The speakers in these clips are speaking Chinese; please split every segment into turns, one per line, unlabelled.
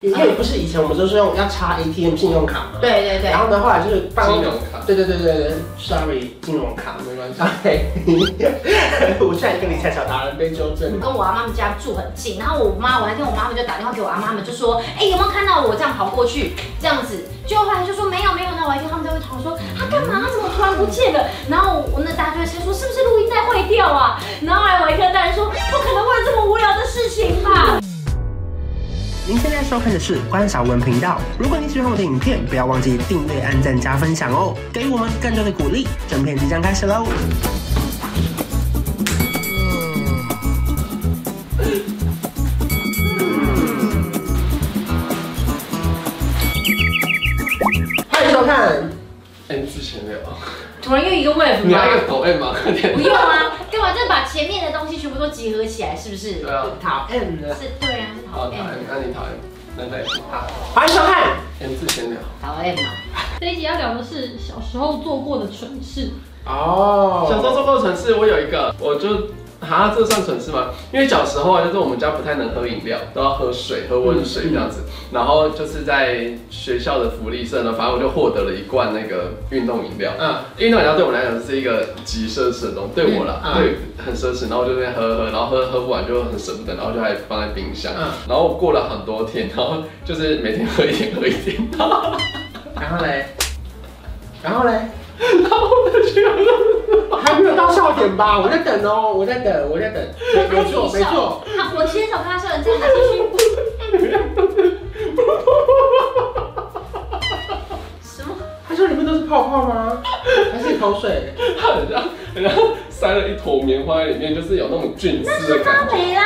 因为不是以前我们都是用要插 ATM 信用卡嘛，
对对对
然，后呢，后来就是办
金融卡，
对对对对对，sorry，金融卡没关系。我现在跟你恰巧达人被纠正
我。跟我阿妈们家住很近，然后我妈，我那天我妈妈就打电话给我阿妈们，就说，哎、有没有看到我这样跑过去这样子？就后来就说没有没有，那我还听他们在会讨说，他干嘛？他怎么突然不见了？然后我那大家就会先说，是不是录音带坏掉啊？然后后来我一个大人说，不可能会有这么无聊的事情吧？
您现在收看的是关少文频道。如果你喜欢我的影片，不要忘记订阅、按赞、加分享哦，给予我们更多的鼓励。整片即将开始喽！欢迎收看，
N 字前流，
突然又一个 wave
你
吗
还？有抖 M 吗？快点
不用啊，干嘛？再把前面的东西全部都集合起来，是不是？
对啊，
讨厌了，
是，对啊，是
好
讨
讨
厌
厌，，那你讨厌，那在好
欢迎收看。
N 字前流，
讨厌嘛。
这一集要聊的是小时候做过的蠢事。
哦，
小时候做过的蠢事，我有一个，我就啊，这算蠢事吗？因为小时候啊，就是我们家不太能喝饮料，都要喝水，喝温水这样子。
嗯
然后就是在学校的福利社呢，反正我就获得了一罐那个运动饮料。
嗯，
运动饮料对我们来讲是一个极奢侈的东西，对我啦，
嗯
对，很奢侈。然后我就在那边喝喝，然后喝喝不完就很舍不得，然后就还放在冰箱。
嗯
然后过了很多天，然后就是每天喝一点喝一点，
然后嘞，然后嘞，
然后我就觉得
还没有到笑点吧？我在等哦，我在等，我在等，没错没错，
啊，我接手跟他说，你这样继续。什么？
他说里面都是泡泡吗？还是口水？
它 很像很像塞了一坨棉花在里面，就是有那种菌丝的感
阿
觉。
美啦，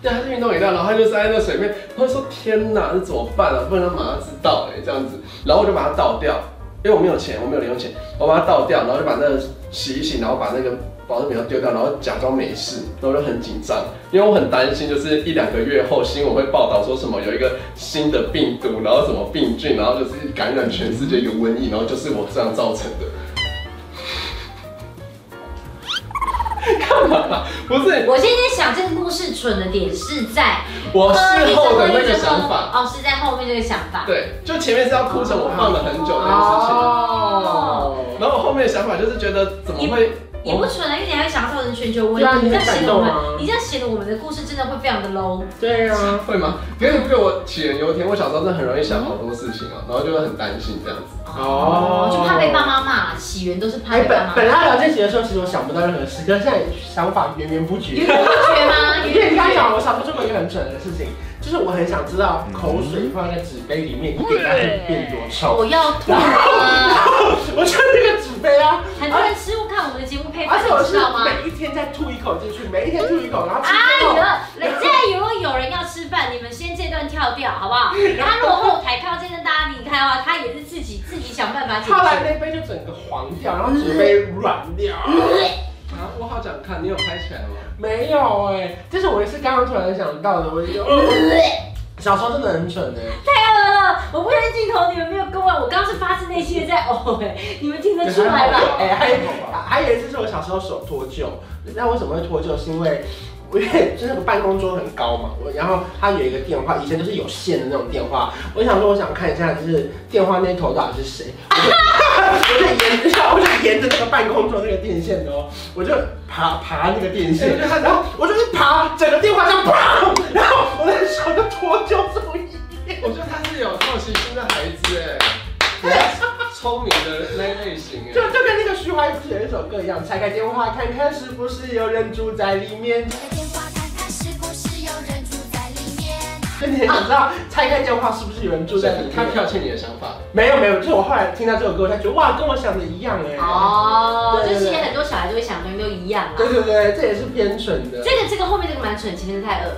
对，它是运动饮料，然后它就塞在那水里面。我就说天哪，这怎么办啊？不能让妈妈知道哎、这样子。然后我就把它倒掉，因为我没有钱，我没有零用钱，我把它倒掉，然后就把那个洗一洗，然后把那个保温瓶都丢掉，然后假装没事，然后就很紧张，因为我很担心，就是一两个月后新闻会报道说什么有一个新的病毒，然后什么病菌，然后就是感染全世界一个瘟疫，然后就是我这样造成的。干嘛啦？不是，
我现在想这个故事蠢的点是在
哦
我事后的那个想法。
哦，是在后面这个想法。
对，就前面是要铺成我放了很久的一件事情，
哦，
然后我后面的想法就是觉得怎么会
也不
我
蠢啊，因为你还想要造成全球瘟
对啊
疫，
你
这
很
样
感
显得我
动
们
啊，
你这样显得我们的故事真的会非常的 low。
对啊，
会吗？可是你不觉得我杞人忧天？我小时候真的很容易想好多事情啊，然后就会很担心这样子。
哦
就怕被爸妈骂，起源都是怕
哎，
被爸
本
妈。
本来要聊这集的时候，其实我想不到任何事，可是现在想法源源不
源
绝。
源不绝吗？
你跟你刚讲，我想不出一个很蠢的事情，就是我很想知道口水放在纸杯里面，你给它变多臭。
我要吐了！
我就那个纸杯啊，
很多人吃物看我们的节目配
而
饭，
且我
哎你知
是
道吗？
每一天再吐一口进去，每一天吐一口，然后吃
哎
一口。
呀，人家如果有人要吃饭，你们先这段跳掉，好 不好？他如果后台看到这段大家离开的话，他也是自己自己想办法 解
后来那
决。
杯就整个黄掉，然后纸杯软掉。
啊，我好想看，你有拍起来吗？
没有哎、这是我也是刚刚突然想到的，我就、呃、小时候真的很蠢哎、
太恶了，我不相信镜头，你们没有跟我，我刚刚是发自内心的在哦，哎，你们听得出来吧？
哎、还还有一次是我小时候手脱臼，那为什么会脱臼？是因为因为就是那个办公桌很高嘛，我然后它有一个电话，以前就是有线的那种电话，我想说我想看一下就是电话那头到底是谁，我就 我就沿着我就沿着那个办公桌那个电线哦，我就爬爬那个电
哎
线，然后我就一爬，整个电话这样啪，然后我的手就脱臼出一
我觉得他是有好奇心的孩子哎，聪明的那类型
就
哎。
就跟那个徐怀钰有一首歌一样，拆开电话看看是不是有人住在里面。
打个电话看看是不是有人住在里面。
所以你很想知道拆开电话是不是有人住
就
在
在
里面？
他剽窃你的想法，
没有没有，就是我后来听到这首歌，我才觉得哇，跟我想的一样哎。
哦，就
对对
其
对
实很多小孩就会想的都一样啦。啊
对对对，这也是偏蠢的。
这个这个后面这个蛮蠢，前面太恶。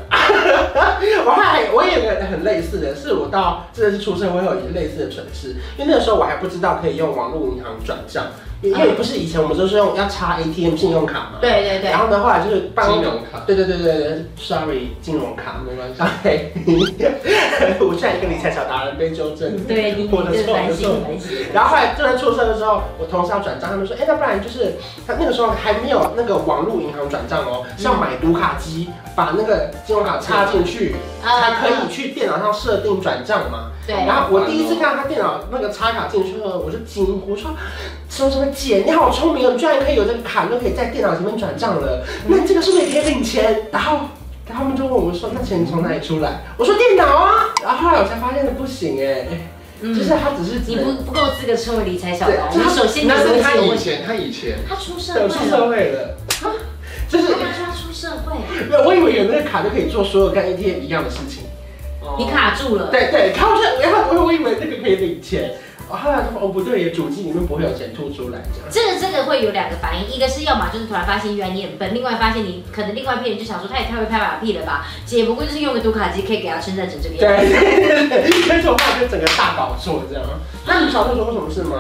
我还我也有个很类似的，是我到真的是出社会后也类似的蠢事，因为那个时候我还不知道可以用网络银行转账，因为不是以前我们都是用要插 ATM 信用卡嘛。。
对对对
然，后呢，后来就是办公
金融卡，
对对对对对，sorry，金融卡没关系。 我现在跟理财小达人被纠正。
对，你
我的
就是
错，我
反
的错
省。反省。
然后后来真的出生的时候，我同事要转账，他们说，哎、那不然就是他那个时候还没有那个网络银行转账哦，是要买读卡机，把那个金融卡插进去，
嗯
才可以去电脑上设定转账嘛。
呃对，
然后我第一次看到他电脑那个插卡进去的时候，我就惊呼说：“什么什么姐，你好聪明哦，你居然可以有这个卡，你就可以在电脑前面转账了。
嗯
那这个是不是也可以领钱？”然后他们就问我说：“那钱从哪里出来？”我说：“电脑啊。”然后后来我才发现不行哎，
嗯
就是他只是
你
只
不
能
不够资格成为理财小白。
对
我们首先
那
你
是
有
他
问
以
题
前，他以前
他出社
对我出
会了，
社会了
啊，
就是
他马上要出社会，
没有我以为有那个卡就可以做所有跟 ATM 一样的事情。
哦
你卡住了。
对对，他好像然后我我以为那个可以领钱，后来他说哦不对，主机里面不会有钱吐出来这样。
这个这个会有两个反应，一个是要么就是突然发现原来你很笨，另外发现你可能另外一批人就想说他也太会拍马屁了吧，姐不过就是用个读卡机可以给他称赞成这个样子。
对，但是我发现整个大搞错这样。那你小时候做过什么事吗？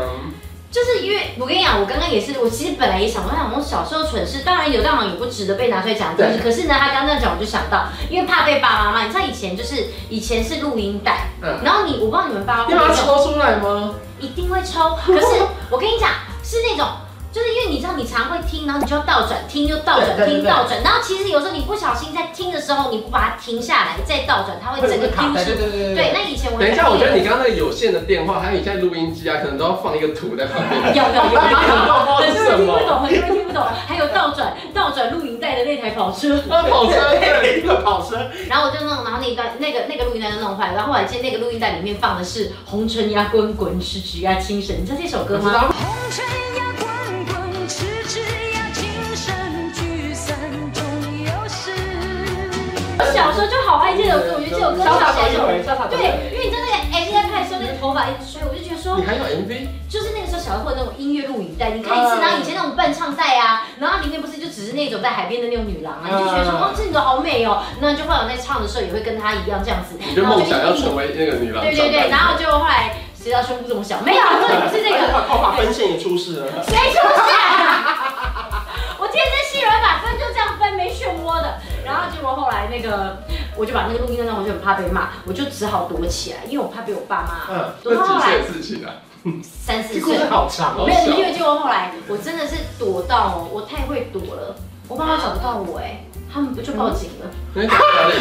就是因为我跟你讲，我刚刚也是，我其实本来也想说，我想我小时候蠢事，当然有，当然也不值得被拿出来讲。但是，
对
可是呢，他刚刚这样讲，我就想到，因为怕被爸妈骂。你像以前就是以前是录音带，
嗯，
然后你我不知道你们爸妈会
你
不会
把它
那种
抽出来吗？
一定会抽。可是我跟你讲，是那种。就是因为你知道你常会听，然后你就要倒转听，又倒转
对对对
听，
对
倒转。然后其实有时候你不小心在听的时候，你不把它停下来再倒转，它会整个
卡
丢
带，对
失。
对对
对，。那以前我
等一下，我觉得你刚刚那个有线的电话，还有你现在录音机啊，可能都要放一个图在旁边。
有有有有有有，
不
很
知道
多
是什
人听
么
不懂，很多人听不懂。还有倒转倒转录影带 的那台跑车，
那跑车对，
对，那个跑车，
然后我就弄，然后那一段那个那个录音带就弄坏了。然后后来见那个录音带里面放的是《红尘呀滚滚，痴痴呀情深》，你知道这首歌
我知
吗？
道，
红尘呀，滚滚；痴痴呀，情深。聚散终有时。
我小时候就好爱这首歌，我觉得这首歌
潇洒
唱起
走
来
一回，
就。
潇洒走一
对，
回。
因为你知道那个 MV 在拍的时候，那个头发一直吹，我就觉得说
你，还有 MV？
就是那个时候小时候有那种音乐录影带，你看一次，
嗯
然后以前那种伴唱带啊，然后里面不是就只是那种在海边的那种女郎啊，你就觉得说，
嗯
哇，这女的好美哦，然后就后来我在唱的时候也会跟她一样这样子，
你就
然后
梦
我
想要
一直
成为那个女郎？
对对对，然后就后来谁知道胸部这么小，没 有，重点不是这
而且
个，
他头发分线也出事了。
谁出现？ 我天生细软板分就这样分，没漩涡的。然后结果后来那个，我就把那个录音带弄，我就很怕被骂，我就只好躲起来，因为我怕被我爸骂。
嗯，
躲到后
那几
来
岁的事情啊？
三四
这故
岁
事，好长哦。
没有，因为结果后来我真的是躲到哦，我太会躲了，我爸妈找不到我哎，他们不就报警了？
因为在家里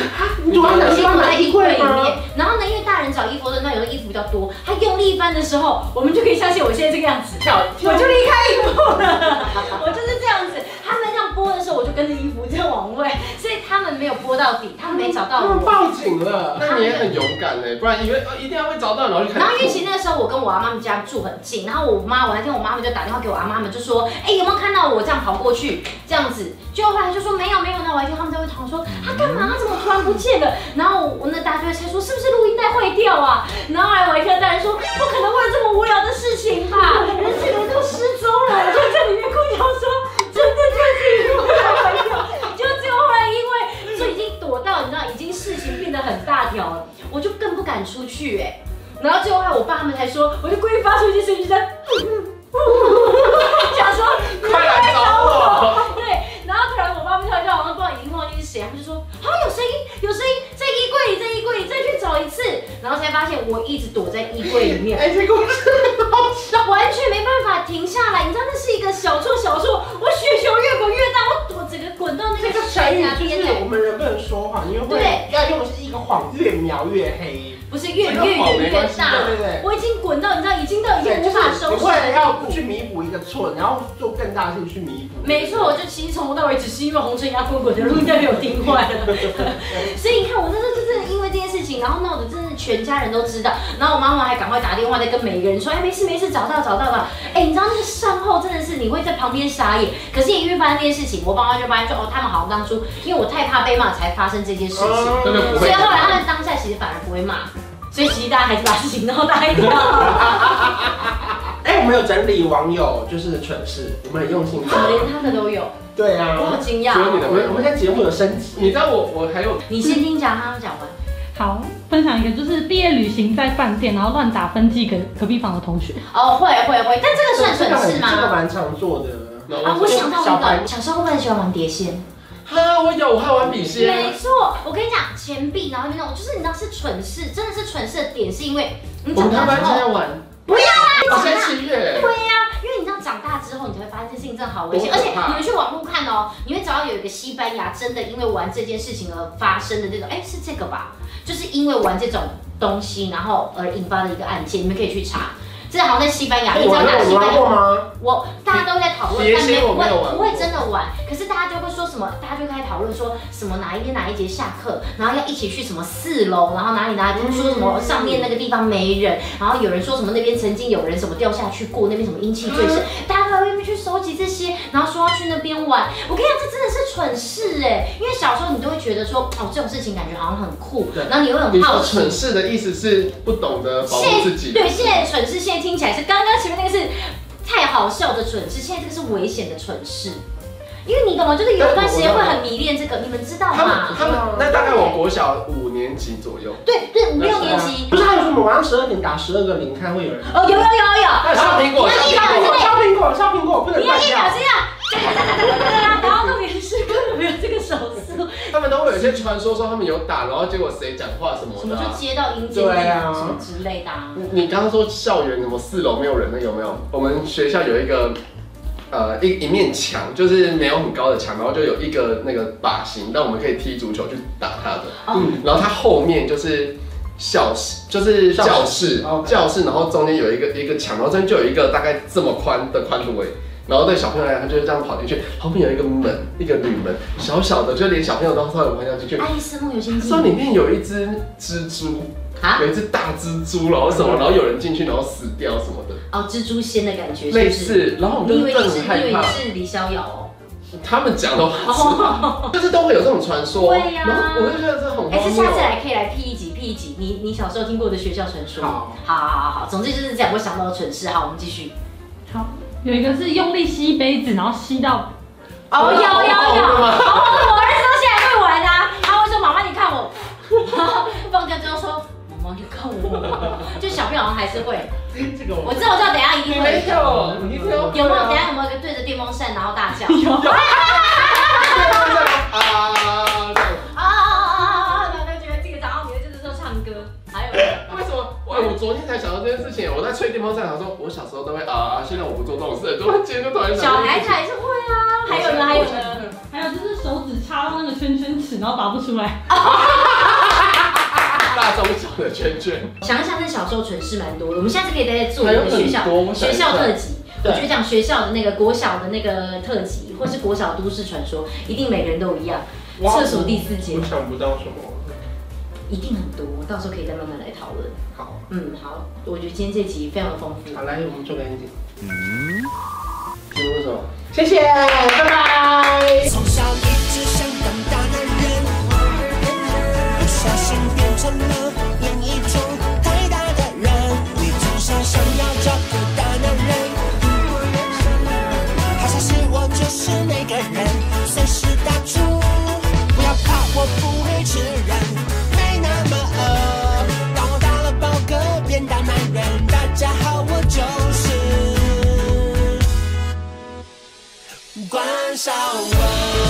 你躲在哪
我
里？
先
放
躲
在
在
衣
衣柜
柜
里
吗
面？，然后呢，因为大人找衣服的那有的衣服比较多，他用力翻的时候，我们就可以相信我现在这个样子，
跳
我就离开衣服了，我就是这样子。他们这样拨的时候，我就跟着衣服这样往外，所以他们没有拨到底，他们没找到
他们
我。
报警了。
那你也很勇敢呢，不然以为呃一定要会找到，然后就开始哭。
然后因为其实那个时候我跟我阿妈们家住很近，然后我妈我那天我妈妈就打电话给我阿妈们，就说，哎、有没有看到我这样跑过去这样子？结果后来就说没有没有，那我还听他们在会堂说他干嘛？他怎么突然不见了？然后我那大家就会猜说是不是录音带坏掉啊？然后后来我一看大人说不可能会有这么无聊的事情吧？人这个人都失踪了，我就在里面哭笑说真的就是因为坏掉，就最后来因为就已经躲到你知道已经事情变得很大条了，我就更不敢出去哎、然后最后还我爸他们才说，我就故意发出一些声音，就在想说
快来找我。
对，然后突然我爸不知道，就好像不知道已经忘记是谁，他们就说好有声音，有声音，在衣柜里，在衣柜里，再去找一次，然后才发现我一直躲在衣柜里面，
哎，这故事好长。
那完全没办法停下来。你知道那是一个小错小错，我雪球越滚越大，我躲整个滚到那
这
个
个成
悬
语
崖
就
边
是我
嘞，
们人不能说谎，因为会
对
要用的是一个谎越描越黑。
不是越越越越大
对，对对。
我已经滚到你知道已经到已经
对，就
无
是
法收
你
拾
为了
的
要
地步。
去弥补一个错，然后做更大的事情去弥补。
没错，我就其实从头到尾只是因为红尘压滚滚的录音带没有听坏 了。所以你看，我那时候就真的因为这件事情，然后闹得真的全家人都知道，然后我妈妈还赶快打电话在跟每一个人说，哎，没事没事，找到找到了。哎，你知道那个善后真的是你会在旁边傻眼，可是也因为发生这件事情，我爸妈就发现说，哦，他们好像当初因为我太怕被骂才发生这件事情，
嗯
真的
所
不会
以后来他们当下其实反而不会骂，所以其实大家还是把事情闹大 一点。
哎，我们有整理网友就是蠢事，我们很用心。
他们连他的都有，
对
我好
啊，
惊
只有
讶。
你的
我们
没
我
有。
们在节目有升级。
你知道我我还有
你先听讲，他们讲完。
好，分享一个，就是毕业旅行在饭店，然后乱打分寄给隔壁房的同学。
哦，会会会，但这个算蠢事
这个
吗？
蛮常做的。
然
啊，
后
我想到
小
一
白
个，小时候会不会很喜欢玩碟仙？
哈，我有，我还玩笔
没
仙，
错，我跟你讲，钱币，然后就那种，就是你知道是蠢事，真的是蠢事的点，是因为你
我
长
们他
大之
班今
后，
天玩，
不要
啊
啦，你
谁
长大。
七月？
对呀、因为你知道长大之后，你才会发现这件事情真的好危险，而
多可
且
怕
你们去网络看哦，你会找到有一个西班牙真的因为玩这件事情而发生的这种，哎，是这个吧？就是因为玩这种东西，然后而引发的一个案件，你们可以去查。这好像在西班牙，你知
我
道哪
有
西
我玩
班牙
过？吗？
我大家都在讨论，
碟
但没
仙我
有
没有玩
不会
过
真的玩。可是大家就会说什么，大家就开始讨论说什么哪一天哪一节下课，然后要一起去什么四楼，然后哪里哪里说什么上面那个地方没人，然后有人说什么那边曾经有人什么掉下去过，那边什么阴气最
嗯
深，大家都会去收集这些，然后说要去那边玩。我跟你讲，这真的是蠢事哎，因为小时候你都会觉得说，哦这种事情感觉好像很酷
对，
然后你会很
你
好
说
奇，
蠢事的意思是不懂得保护自己，
对，现在的蠢事现在听起来是刚刚前面那个是太好笑的蠢事，现在这个是危险的蠢事。因为你懂吗？就是有一段时间会很迷恋这个，你们知道
他们嗯
吗？
他们那大概我国小五年级左右，
对对，五六年级
不，是，还有什么晚上十二点打十二个零，看会有人。
哦，有有有有，
那削哎苹果，削
你要
苹
一
果
秒，
削苹果，削苹果，不能
你要
断
一啊
掉。
秒这样，哒哒哒哒哒哒哒，啊然后重点是根本没有这个手速，
他们都会有一些传说说他们有打，然后结果谁讲话什
什么
么的啊
就。接到阴间地狱什么之类的啊。
你你刚刚说校园什么四楼没有人的有没有？我们学校有一个。呃，一一面墙就是没有很高的墙，然后就有一个那个靶心，让我们可以踢足球去打它的。
哦
嗯，然后它后面就是校室，就是教
教
室，
OK
教室，然后中间有一个一个墙，然后这边就有一个大概这么宽的宽度位，然后对小朋友来讲，他就是这样跑进去，后面有一个门，一个铝门，小小的，就连小朋友都稍微玩下进去。
爱丽丝梦游仙境
说里面有一只蜘蛛，
啊，
有一只大蜘蛛，然后什么，然后有人进去，然后死掉什么的，
哦，蜘蛛仙的感觉，
类。似。然后我们
你以
就
为
真的
你是你
很害
以为你
怕，
是李逍遥哦？
他们讲的话是，就是都会有这种传说。
对呀
然后我就觉得这很
哎、
荒
这
谬
下次。来可以来 P 一集，P 一集，你你小时候听过的学校传说。
好
好，好，好，好，总之就是这样。我想到的蠢事，好，我们继续。
好，有一个是用力吸杯子，然后吸到
哦，有有有，
好好好
哦，我儿子到现在还会玩啊，他会说妈妈你看我， 放假之后说妈妈你看我， 就小朋友好像还是会。
这个
我知道，我知道，等一下一定会。
有，你没有
有没有？等一下有没有一个对着电风扇然后大 叫？
有
啊，这样
啊啊啊啊啊啊！然后就觉得这个早上你会就是说唱歌，还有
为什么？哎，我昨天才想到这件事情。我在吹电风扇，想说我小时候都会啊，现在我不做这种事，就今天就突然想
小
到这
孩
件事
子
情。
还是会啊，还有呢，还有呢。
还有就是手指插到那个圈圈尺，然后拔不出来。
大中小的圈圈。
想一想，那小时候蠢事蛮多的。我们下次可以再做
还
一
有
个学校
很多我想
学
一下
校特辑，我
对
觉得讲学校的那个国小的那个特辑，或是国小都市传说，一定每个人都一样。
哇
厕所第四节
我想不到什么。
一定很多，到时候可以再慢慢来讨论。
好，
嗯，好，我觉得今天这集非常的丰富。
好，来，我们做个 ending。
请问为什么？
谢谢，拜拜。
从小一直想当大男人，不小心变成了另一种太大的人。你至少想要找个大男人，好像是我就是那个人，随时打住，不要怕，我不会吃人，没那么饿。当我打了饱嗝变大男人，大家好，我就是关少文。